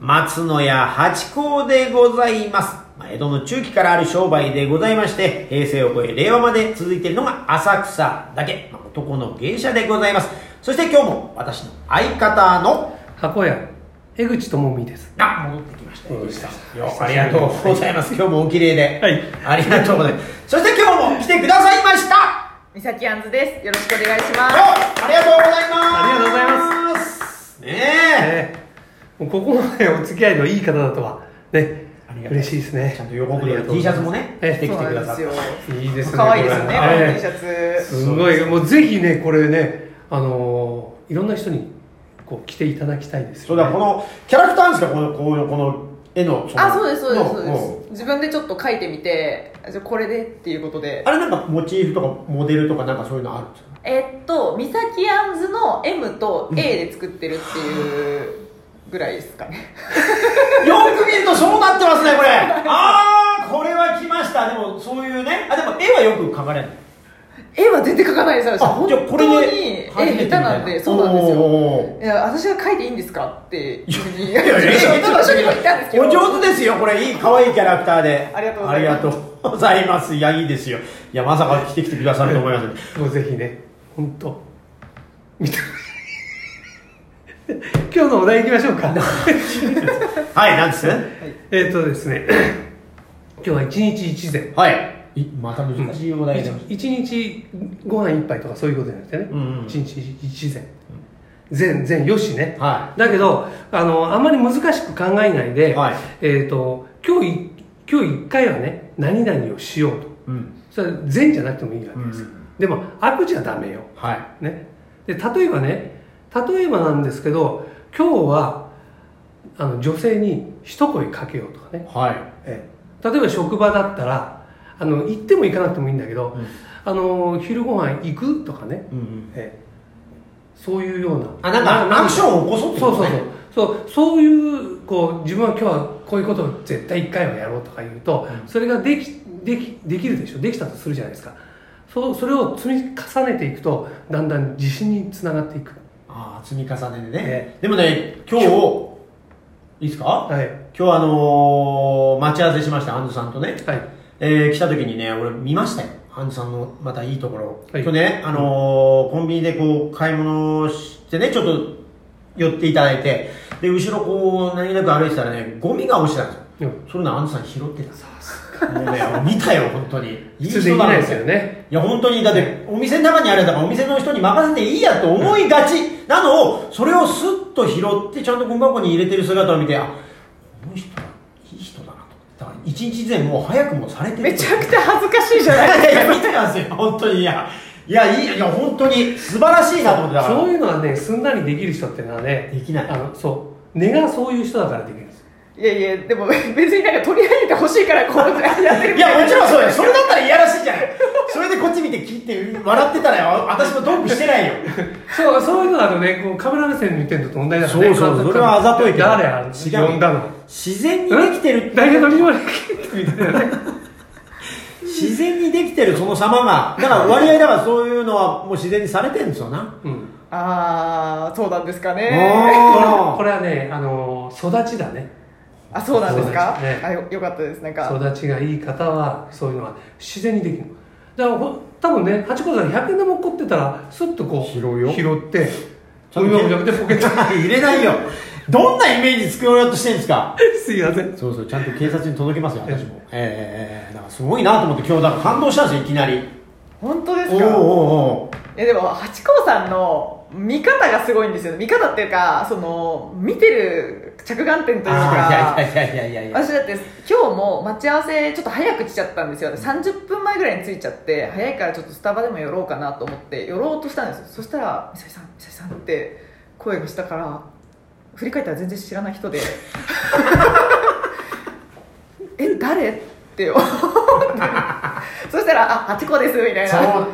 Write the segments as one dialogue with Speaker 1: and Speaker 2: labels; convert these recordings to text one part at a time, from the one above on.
Speaker 1: 松野屋八甲でございます。まあ江戸の中期からある商売でございまして、平成を超え令和まで続いているのが浅草だけ、まあ男の芸者でございます。そして今日も私の相方の、
Speaker 2: 箱屋江口智美です
Speaker 1: あ、戻ってきました。
Speaker 2: 戻ってき
Speaker 1: た。よ、ありがとうございます。今日もお綺麗で。
Speaker 2: はい
Speaker 1: ありがとうございます。そして今日も来てくださいました。
Speaker 3: みさきあんずです。よろしくお願いし
Speaker 1: どうも
Speaker 3: ま
Speaker 1: ありがとうございます。
Speaker 2: ありがとうござ
Speaker 1: います。ねえ。
Speaker 2: ねもうここまでお付き合いのいい方だとはね
Speaker 1: ありがとう
Speaker 2: 嬉しいですね
Speaker 1: ちゃんと予告で
Speaker 2: ありがとう
Speaker 1: T
Speaker 2: ご
Speaker 1: シ
Speaker 2: ざ
Speaker 1: ャ
Speaker 2: い
Speaker 1: ツ
Speaker 2: ま
Speaker 1: もね、
Speaker 2: え
Speaker 1: 着てきてくださっ
Speaker 3: そうなんです
Speaker 1: た。
Speaker 3: よ
Speaker 2: いいです
Speaker 3: す。
Speaker 2: ね
Speaker 3: 可愛いですね、
Speaker 2: これ
Speaker 3: こ
Speaker 2: は
Speaker 3: の T シャツ。
Speaker 2: すごいもうぜひねこれねあのーいろんな人にこう着ていただきたいです
Speaker 1: そ
Speaker 2: よ
Speaker 1: う
Speaker 2: ね
Speaker 1: だ、このキャラクターですか、この、この、この絵の。の
Speaker 3: あ、そうです、そうです、そうで
Speaker 1: の
Speaker 3: す
Speaker 1: ん。
Speaker 3: 自分でちょっと書いてみて、あじゃあこれでっていうことで。
Speaker 1: あれなんかモチーフとかモデルとかなんかそういうのあるんですか
Speaker 3: えっと、みさきあんずの M と A で作ってるっていうぐらいですかね。
Speaker 1: よく見るとそうなってますね、これ。あー、これは来ました。でも、そういうね。あ、でも絵はよく描かれる。
Speaker 3: 絵は全然描かないです、私。
Speaker 1: あ
Speaker 3: 本
Speaker 1: じゃあこれで
Speaker 3: 当に絵下手なんで、そうなんですよ。
Speaker 1: よ。
Speaker 3: いや、私が書いていいんですかっていうふうに、いや
Speaker 1: いやい やいや
Speaker 3: ちょっと初にも言ったんですけど。
Speaker 1: お上手ですよこれいい可愛いキャラクターで
Speaker 3: ありがとうございます
Speaker 1: ありがとうございますいやいいですよいやまさか来てきてくださると思います
Speaker 2: もうぜひね本当見て 今日のお題いきましょうか
Speaker 1: はいなんです
Speaker 2: えっとですね 今日は一日一膳
Speaker 1: はいいまた難しいお題で
Speaker 2: 一日ご飯一杯とかそういうことじゃなくてね、
Speaker 1: うんうん
Speaker 2: 一日一膳全全よしね、
Speaker 1: は
Speaker 2: だけどあのあんまり難しく考えないで、
Speaker 1: はい
Speaker 2: えっ、と今日い今日一回はね何々をしようと
Speaker 1: うん
Speaker 2: それは善じゃなくてもいいわ
Speaker 1: う
Speaker 2: けですよ、
Speaker 1: ん
Speaker 2: でも悪じゃダメよ、
Speaker 1: はい
Speaker 2: ね、で例えばね例えばなんですけど今日はあの女性に一声かけようとかね
Speaker 1: はい
Speaker 2: ええ例えば職場だったらあの行っても行かなくてもいいんだけど、
Speaker 1: うん
Speaker 2: あの昼ご飯行くとかね、
Speaker 1: うんうん
Speaker 2: ええそういうような
Speaker 1: あなんかアクションを起こそうって
Speaker 2: そう
Speaker 1: こと
Speaker 2: そう
Speaker 1: ね
Speaker 2: そうそうそういうこう自分は今日はこういうことを絶対1回はやろうとか言うと、
Speaker 1: うん
Speaker 2: それができできできるでしょできたとするじゃないですかそうそれを積み重ねていくとだんだん自信につながっていく
Speaker 1: ああ積み重ねでね
Speaker 2: え
Speaker 1: でもね今日いいですか
Speaker 2: はい
Speaker 1: 今日あのー待ち合わせしました安藤さんとね
Speaker 2: はい
Speaker 1: えー来た時にね、俺見ましたよ。ハンさんのまたいいところ。
Speaker 2: はい
Speaker 1: 今日ね、あのーコンビニでこう、買い物をしてね、ちょっと寄っていただいて、で、後ろこう、何気なく歩いてたらね、ゴミが落ちてたんですよ。
Speaker 2: うん
Speaker 1: それのアンさん拾ってた。もうね、見たよ、本当に。
Speaker 2: 普通できないですよ
Speaker 1: い
Speaker 2: ね
Speaker 1: や、本当に、だって、お店の中にあるんだから、お店の人に任せていいやと思いがちなのを、それをスッと拾って、ちゃんとゴミ箱に入れてる姿を見て、あ、この人は、いい人だなと。だから、一日前、もう早くもされてる
Speaker 3: めちゃくちゃ恥ずかしいじゃ
Speaker 1: い
Speaker 3: ないですか
Speaker 1: やいや見てたんですよ本当にいやいやいいいや本当に素晴らしいなと思ってだか
Speaker 2: そう
Speaker 1: ら
Speaker 2: いうのはねすんなりできる人っていうのはね
Speaker 1: できない
Speaker 2: あのそう根がそういう人だからできるんですよ
Speaker 3: いやいや、でも 別になんか取り上げてほしいからこうやってる
Speaker 1: いやもちろんそうよそれだったらいやらしいじゃないそれでこっち見て聞いて笑ってたらよ私もドンピしてないよ
Speaker 2: そうそういうのだとねこうカメラ目線で見てるのと同じだか ら
Speaker 1: そう
Speaker 2: ね
Speaker 1: そうそうそれはあざといけど
Speaker 2: 誰あの
Speaker 1: 違う
Speaker 2: 呼んだの
Speaker 1: 自然にできてる
Speaker 2: だけどにもできるみたいなね
Speaker 1: 自然にできてるその様がだから割合だからそういうのはもう自然にされてるんですよな
Speaker 2: うん
Speaker 3: ああ、そうなんですかね。
Speaker 1: お
Speaker 2: これはね、あの育ちだね
Speaker 3: あ、そうなんですか
Speaker 2: そうですね
Speaker 3: あよ、よかったです。なんか、
Speaker 2: 育ちがいい方はそういうのは自然にできるだからほ多分ねハチ公さん100円でも落っこってたらスッとこう
Speaker 1: 拾うよ
Speaker 2: 拾って
Speaker 1: ちゃ
Speaker 2: ゴ
Speaker 1: んと
Speaker 2: ミ箱じゃなくてポケット
Speaker 1: 入れないよどんなイメージ作ろうとしてるんですか
Speaker 2: すいません
Speaker 1: そうそうちゃんと警察に届けますよ私もええええええだからすごいなと思って今日だから感動したんですよいきなり
Speaker 3: 本当です
Speaker 1: おう
Speaker 3: か
Speaker 1: おうおう
Speaker 3: いや、でも、ハチ公さんの見方がすごいんですよね。見方っていうか、その、見てる着眼点という
Speaker 1: あ
Speaker 3: か
Speaker 1: ー、いやいやいやいやいや
Speaker 3: 私だって今日も待ち合わせちょっと早く来ちゃったんですよ30分前ぐらいに着いちゃって早いからちょっとスタバでも寄ろうかなと思って寄ろうとしたんですよそしたら「みさきさんみさきさん」って声がしたから振り返ったら全然知らない人で 「え誰?」って思ってそしたら「あハチ公です」みたいな
Speaker 1: そう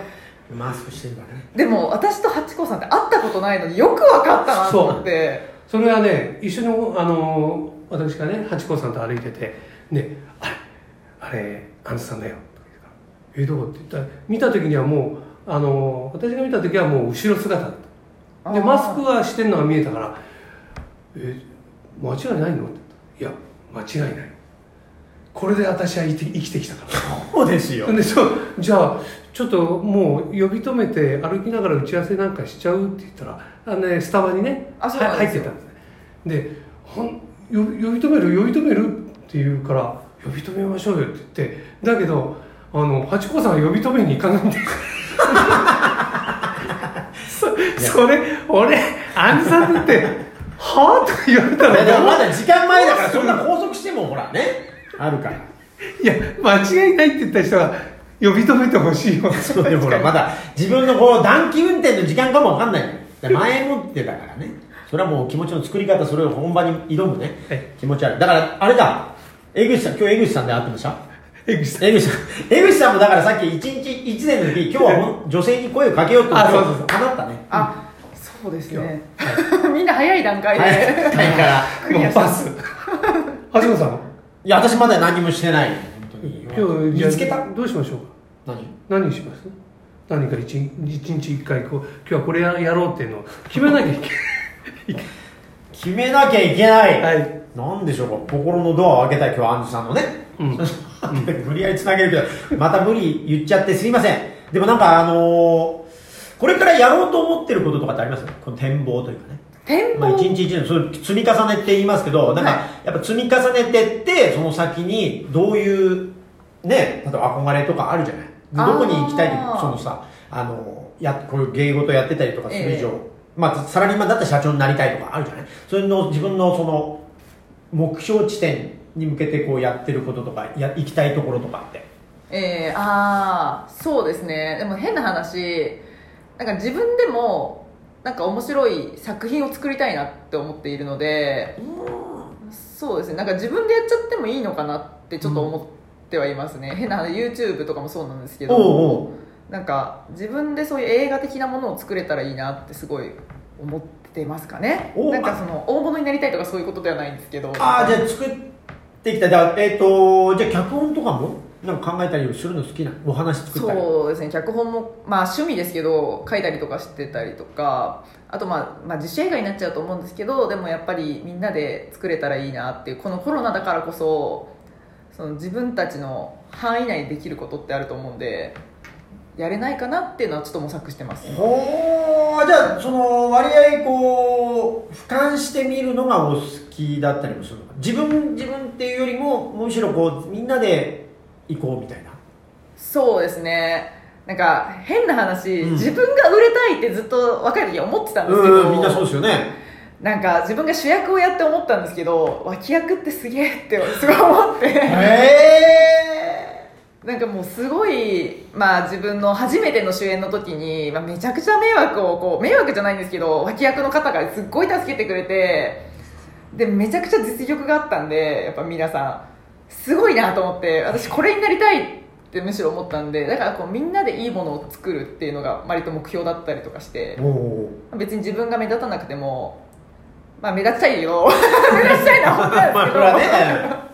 Speaker 1: マスクしてるからね
Speaker 3: でも私とハチ公さんって会ったことないのによく分かったなと思って
Speaker 2: それはね一緒にあの私がねハチ公さんと歩いてて「ねあれあれあんさんだよ」とか言うから「えどこ?」って言ったら見た時にはもうあの私が見た時はもう後ろ姿だったでマスクはしてるのが見えたから「え間違いないのって言ったいや間違いないこれで私は生きて生きてきたから
Speaker 1: そうですよ
Speaker 2: でそうじゃあちょっともう呼び止めて歩きながら打ち合わせなんかしちゃうって言ったらあの、ね、スタバにね
Speaker 3: あそう
Speaker 2: は
Speaker 3: なん
Speaker 2: 入
Speaker 3: で
Speaker 2: っ
Speaker 3: す
Speaker 2: て
Speaker 3: よ
Speaker 2: たんですねでほんよ呼び止める呼び止めるって言うから呼び止めましょうよって言ってだけどあの八甲さんは呼び止めに行かないんで そそれ俺暗殺って「はあ?」とか言われた
Speaker 1: いやで
Speaker 2: ら
Speaker 1: もまだ時間前だからそんな拘束してもほらねあるから
Speaker 2: いや間違いないって言った人は呼び止めてほしいよ
Speaker 1: そう でもほらまだ自分のこう暖気運転の時間かもわかんないのよだから前もってだからねそれはもう気持ちの作り方それを本番に挑むね
Speaker 2: はい
Speaker 1: 気持ち悪いだからあれだ江口さん今日江口さんで会ってました
Speaker 2: 江口さん
Speaker 1: 江口さん 江口さんもだからさっき一日一年の時今日は もう女性に声をかけようと思って
Speaker 2: あそうそうそう
Speaker 1: 叶ったね
Speaker 3: あそうですね みんな早い段階
Speaker 1: はい
Speaker 3: で
Speaker 1: はい から
Speaker 3: クリアした
Speaker 2: もうパス 橋本さん
Speaker 1: いや私まだ何もしてないよ本当に
Speaker 2: 今日じゃあ
Speaker 1: 見つけた
Speaker 2: どうしましょうか
Speaker 1: 何
Speaker 2: 何にします何か一日一日一回こう今日はこれややろうっていうのを決めなきゃいけない
Speaker 1: 決めなきゃいけない、
Speaker 2: はい
Speaker 1: なんでしょうか心のドアを開けたい今日はアンジュさんのね、
Speaker 2: うん
Speaker 1: 無理やりつなげるけどまた無理言っちゃってすいませんでもなんかあのーこれからやろうと思ってることとかってありますこの展望というかね
Speaker 3: 展
Speaker 1: まあ、
Speaker 3: 望
Speaker 1: 一日一日それ積み重ねって言いますけどなんか
Speaker 3: は
Speaker 1: やっぱ積み重ねてってその先にどういうね例えば憧れとかあるじゃない
Speaker 3: あー
Speaker 1: どこに行きたいとかそのさあのやこういう芸事やってたりとかする以上、
Speaker 3: え
Speaker 1: まあ、サラリーマンだったら社長になりたいとかあるじゃないそれの自分のその目標地点に向けてこうやってることとかや行きたいところとかって
Speaker 3: えー、ああそうですねでも変な話なんか自分でもなんか面白い作品を作りたいなって思っているのでそうですねなんか自分でやっちゃってもいいのかなってちょっと思ってはいますね、変な話 YouTube とかもそうなんですけ
Speaker 1: おう
Speaker 3: ど
Speaker 1: おう
Speaker 3: なんか自分でそういう映画的なものを作れたらいいなってすごい思ってますかね
Speaker 1: お
Speaker 3: なんかその大物になりたいとかそういうことではないんですけど
Speaker 1: ああじゃあ作ってきたじゃあえっ、とじゃあ脚本とかもなんか考えたりするの好きなお話作ったり
Speaker 3: そうですね脚本も、まあ、趣味ですけど書いたりとかしてたりとかあと、まあまあ、自主映画になっちゃうと思うんですけどでもやっぱりみんなで作れたらいいなっていうこのコロナだからこそその自分たちの範囲内でできることってあると思うんでやれないかなっていうのはちょっと模索してます
Speaker 1: ほーじゃあその割合こう俯瞰してみるのがお好きだったりもするのか自分自分っていうよりもむしろこうみんなで行こうみたいな
Speaker 3: そうですねなんか変な話、
Speaker 1: うん
Speaker 3: 自分が売れたいってずっと若い時は思ってたんですけ
Speaker 1: う
Speaker 3: ど
Speaker 1: んみんなそうですよね
Speaker 3: なんか自分が主役をやって思ったんですけど脇役ってすげえってすごい思って
Speaker 1: へえ
Speaker 3: なんかもうすごい、まあ、自分の初めての主演の時に、まあ、めちゃくちゃ迷惑をこう迷惑じゃないんですけど脇役の方がすっごい助けてくれてでめちゃくちゃ実力があったんでやっぱ皆さんすごいなと思って私これになりたいってむしろ思ったんでだからこうみんなでいいものを作るっていうのが割と目標だったりとかして
Speaker 1: おお
Speaker 3: 別に自分が目立たなくても、まあ、目立ちたいよ 目立ちたいな本当なんです
Speaker 1: まあ
Speaker 3: け
Speaker 1: こ
Speaker 3: ど、
Speaker 1: れはね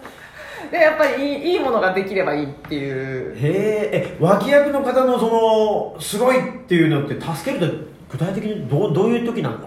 Speaker 3: でやっぱりいいいいものができればいいっていう
Speaker 1: へーえ脇役の方のそのすごいっていうのって助けるって具体的にどうどういう時なんだろ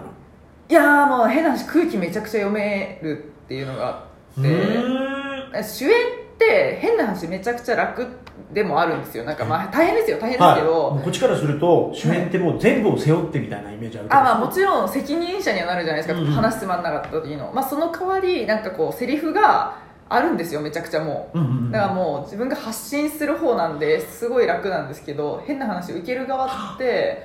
Speaker 3: いやーもう変な話空気めちゃくちゃ読めるっていうのがあ
Speaker 1: う
Speaker 3: っ
Speaker 1: う
Speaker 3: て
Speaker 1: ーん
Speaker 3: 主演って変な話めちゃくちゃ楽でもあるんですよなんかまあ大変ですよ大変ですけど、
Speaker 1: はい、もうこっちからすると主演ってもう全部を背負ってみたいなイメージあるけど
Speaker 3: あまあもちろん責任者にはなるじゃないですか、
Speaker 1: うんうん
Speaker 3: 話つまんなかった時の、まあ、その代わりなんかこうセリフがあるんですよめちゃくちゃもう、
Speaker 1: うんうんうん
Speaker 3: だからもう自分が発信する方なんですごい楽なんですけど変な話受ける側って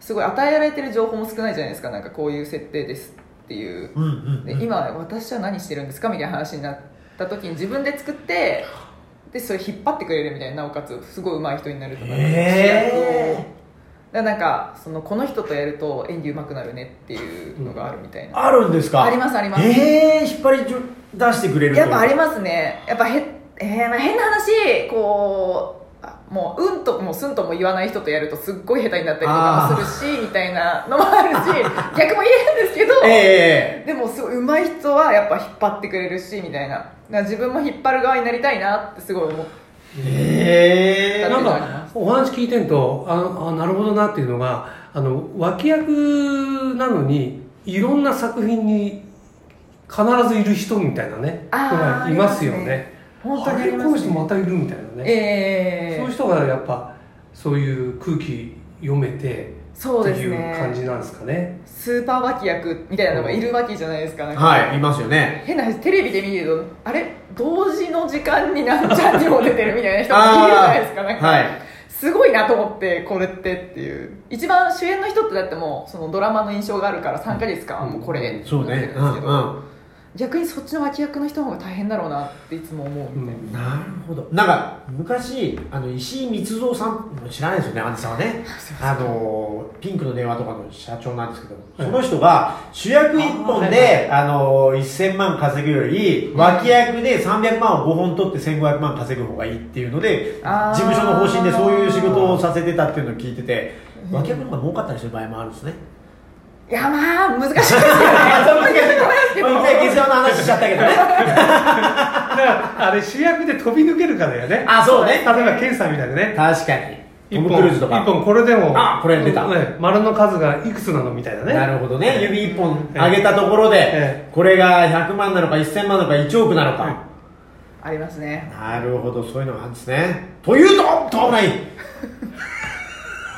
Speaker 3: すごい与えられてる情報も少ないじゃないですかなんかこういう設定ですっていう
Speaker 1: うんうん
Speaker 3: で
Speaker 1: うん、
Speaker 3: 今私は何してるんですかみたいな話になった時に自分で作ってでそれ引っ張ってくれるみたいななおかつすごい上手い人になるとか
Speaker 1: へー
Speaker 3: だからなんかそのこの人とやると演技上手くなるねっていうのがあるみたいな、
Speaker 1: あるんですか
Speaker 3: ありますあります
Speaker 1: ええ引っ張り出してくれる
Speaker 3: やっぱあり
Speaker 1: ま
Speaker 3: ますねやっぱへ、えーまあ変な話こうあもううんともすんとも言わない人とやるとすっごい下手になったりとかもするしみたいなのもある し逆も言えるんですけど、
Speaker 1: え
Speaker 3: でもすごい上手い人はやっぱ引っ張ってくれるしみたいなだから自分も引っ張る側になりたいなってすごい思っ
Speaker 1: えええ
Speaker 3: たってい
Speaker 2: な
Speaker 3: うんのがありま
Speaker 2: か
Speaker 3: す
Speaker 2: お話聞いてるとああなるほどなっていうのがあの脇役なのにいろんな作品に必ずいる人みたいなね
Speaker 3: あー
Speaker 2: 人がいますよ
Speaker 3: いますね
Speaker 2: ね
Speaker 3: 本当にあ
Speaker 2: あれ
Speaker 3: り
Speaker 2: こ
Speaker 3: ま
Speaker 2: の
Speaker 3: す
Speaker 2: 人ま
Speaker 3: ね
Speaker 2: たいるみたいなね、
Speaker 3: え
Speaker 2: そういう
Speaker 3: え
Speaker 2: 人がやっぱそういう空気読めて
Speaker 3: そうで
Speaker 2: って
Speaker 3: す
Speaker 2: いう感じ
Speaker 3: ね
Speaker 2: なんですかね
Speaker 3: スーパー脇役みたいなのがいるわけじゃないですかなんか
Speaker 1: はい、いますよね。
Speaker 3: 変な話テレビで見るとあれ同時の時間になんちゃんにも出てるみたいな人もいるじゃないですかなんか、
Speaker 1: はい。
Speaker 3: すごいなと思ってこれってっていう一番主演の人ってだってもうそのドラマの印象があるから3か月間はもうこれ、
Speaker 2: うん
Speaker 1: そうね。う
Speaker 3: なんってるんですけど
Speaker 1: うん。
Speaker 3: 逆にそっちの脇役の人の方が大変だろうなっていつも思うみたいな、
Speaker 2: うん
Speaker 1: なるほど。なんか、昔、あの、石井光蔵さん、知らないですよね、アンジさんはね。あの、ピンクの電話とかの社長なんですけど、その人が主役1本で、あの、1000万稼ぐより、脇役で300万を5本取って1500万稼ぐ方がいいっていうので、
Speaker 3: あー
Speaker 1: 事務所の方針でそういう仕事をさせてたっていうのを聞いてて、脇役の方が儲かったりする場合もあるんですね。
Speaker 3: いやまあ難しいですよねそんなに言うとこですけど
Speaker 1: まあ一回月曜の話しちゃったけどね。
Speaker 2: だからあれ主役で飛び抜けるかだよね
Speaker 1: あ、そう
Speaker 2: 例え
Speaker 1: ね。
Speaker 2: ばケンさんみたいなね
Speaker 1: 確かに。
Speaker 2: 一
Speaker 1: トム・クルーズとか。
Speaker 2: 一本これでも
Speaker 1: あこれ出た
Speaker 2: ね丸の数がいくつなのみたいなね
Speaker 1: なるほどね、指1本
Speaker 2: え
Speaker 1: 上
Speaker 2: え
Speaker 1: げたところで、
Speaker 2: え
Speaker 1: これが100万なのか1000万なのか1億なのか、
Speaker 3: ありますね
Speaker 1: なるほどそういうのがあるんですねというと危 ない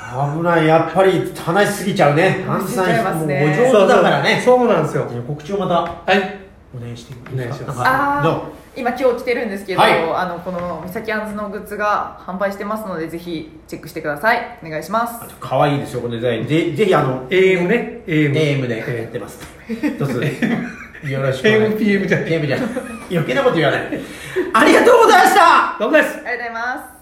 Speaker 1: 危ないやっぱり話しすぎちゃうね
Speaker 3: 話しちゃいますね
Speaker 1: アンさんもうお上手だからね
Speaker 2: そうそうなんですよ
Speaker 1: じゃあ告知をまた
Speaker 2: はい
Speaker 1: お願いしていい
Speaker 2: お願いします
Speaker 1: なんか
Speaker 3: あ
Speaker 1: どう
Speaker 3: あ今今日着てるんですけど、
Speaker 1: はい
Speaker 3: あのこの美咲アンズのグッズが販売してますのでぜひチェックしてくださいお願いします
Speaker 1: あと可愛いですよこのデザインぜぜひあの
Speaker 2: AM ね AM
Speaker 1: AM で
Speaker 2: ええ
Speaker 1: やってます一つよろしくお願い
Speaker 2: AM PM じゃない
Speaker 1: PM じゃない余計なこと言わないありがとうございました
Speaker 2: どうもです
Speaker 3: ありがとうございます